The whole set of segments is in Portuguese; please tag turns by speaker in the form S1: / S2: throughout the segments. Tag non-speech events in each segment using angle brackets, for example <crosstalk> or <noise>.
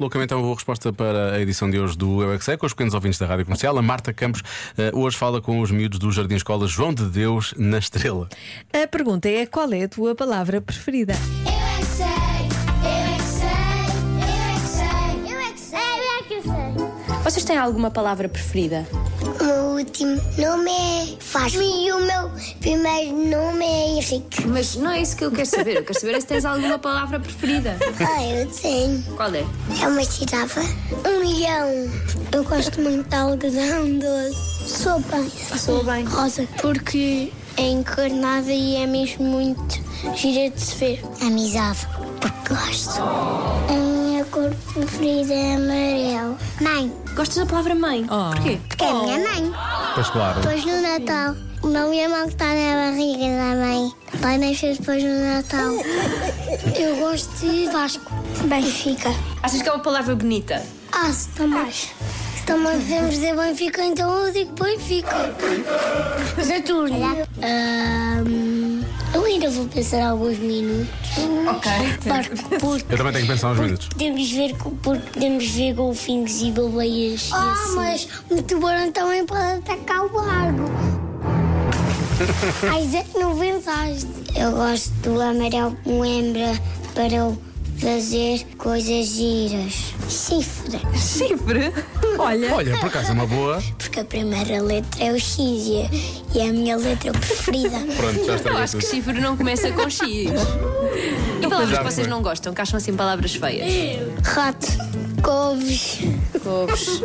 S1: Loucamente é uma boa resposta para a edição de hoje do Eu é Que Sei, com os pequenos ouvintes da Rádio Comercial. A Marta Campos eh, hoje fala com os miúdos do Jardim Escola João de Deus na Estrela.
S2: A pergunta é qual é a tua palavra preferida?
S3: Eu é que sei, eu é que sei, eu é que sei, eu é que sei, eu é que sei.
S4: Vocês têm alguma palavra preferida?
S3: O meu último nome é Faz. E o meu primeiro nome é Henrique.
S4: Mas não é isso que eu quero saber. Eu quero saber é se tens alguma palavra preferida.
S3: Ah, eu tenho.
S4: Qual é?
S3: É uma girafa. Um leão. Eu gosto muito de algodão doce. Sou bem. Sou bem. Rosa. Porque é encarnada e é mesmo muito gira de se ver. Amizade. Porque gosto. A minha cor preferida é amarelo. Mãe.
S4: Gostas da palavra mãe? Porquê?
S3: Porque é a minha mãe.
S1: Pois claro.
S3: Depois no Natal. O meu irmão que está na barriga da mãe. Vai nascer depois do Natal. Eu gosto de Vasco. Benfica.
S4: Achas que é uma palavra bonita?
S3: Ah, se também. Se também podemos dizer Benfica, então eu digo Benfica.
S4: é
S3: Saturno. eu ainda vou pensar alguns minutos.
S4: Ok.
S3: Porque,
S1: Eu também tenho que pensar uns minutos.
S3: podemos ver, porque podemos ver golfinhos e baleias. Ah, mas o tubarão também pode é atacar o <laughs> barco. Ai, Zé, não pensaste. Eu gosto do amarelo que me lembra para eu fazer coisas giras. Chifre.
S4: Chifre?
S2: Olha,
S1: Olha, por acaso é uma boa.
S3: Porque a primeira letra é o X e é- e é a minha letra preferida.
S1: Pronto, já
S4: Eu
S1: estragou
S4: acho que
S1: tudo.
S4: chifre não começa com X. E palavras
S1: Já
S4: que
S1: foi.
S4: vocês não gostam, que acham assim palavras feias?
S3: Rato. Couves.
S4: Couves.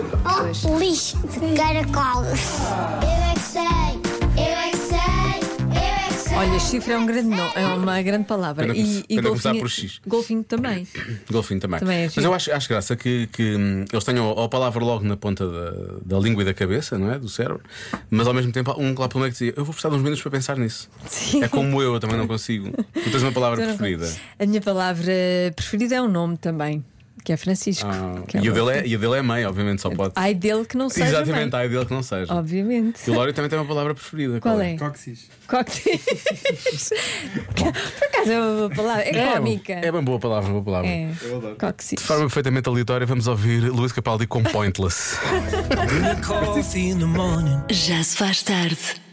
S3: <laughs>
S4: Pois.
S3: Lixo de caracol. Eu é que sei. Eu é que sei. Eu é que sei.
S2: olha, chifre é um grande nome, é uma grande palavra.
S1: Pena que- pena que começar por X.
S2: golfinho também. então
S1: Golfinho também.
S2: Também é
S1: Mas
S2: giro.
S1: eu acho, acho graça que, que, hum, eles tenham a, a palavra logo na ponta da, da língua e da cabeça, não é? Do cérebro, mas ao mesmo tempo há um lá pelo meio que dizia: Eu vou precisar de uns minutos para pensar nisso.
S2: Sim.
S1: É como eu, eu também não consigo. Tu tens uma palavra
S2: Tu não-
S1: preferida.
S2: A minha palavra preferida é um nome também, que é Francisco.
S1: Ah,
S2: que é
S1: e, o
S2: o-
S1: dele é, e o dele é mãe, obviamente, só pode.
S2: Ai dele que não seja
S1: Exatamente, é
S2: mãe.
S1: há ideal que não seja. E
S2: Obviamente.
S1: o Lório também tem uma palavra preferida.
S2: Qual é?
S5: Cóxis.
S2: Cócteis. <laughs> Por acaso é uma palavra, é, cómica.
S1: É uma boa palavra, uma boa palavra.
S2: É.
S5: Eu adoro.
S2: Cócteis.
S1: De forma perfeitamente aleatória, vamos ouvir Luís Capaldi com Pointless.
S6: Já se faz tarde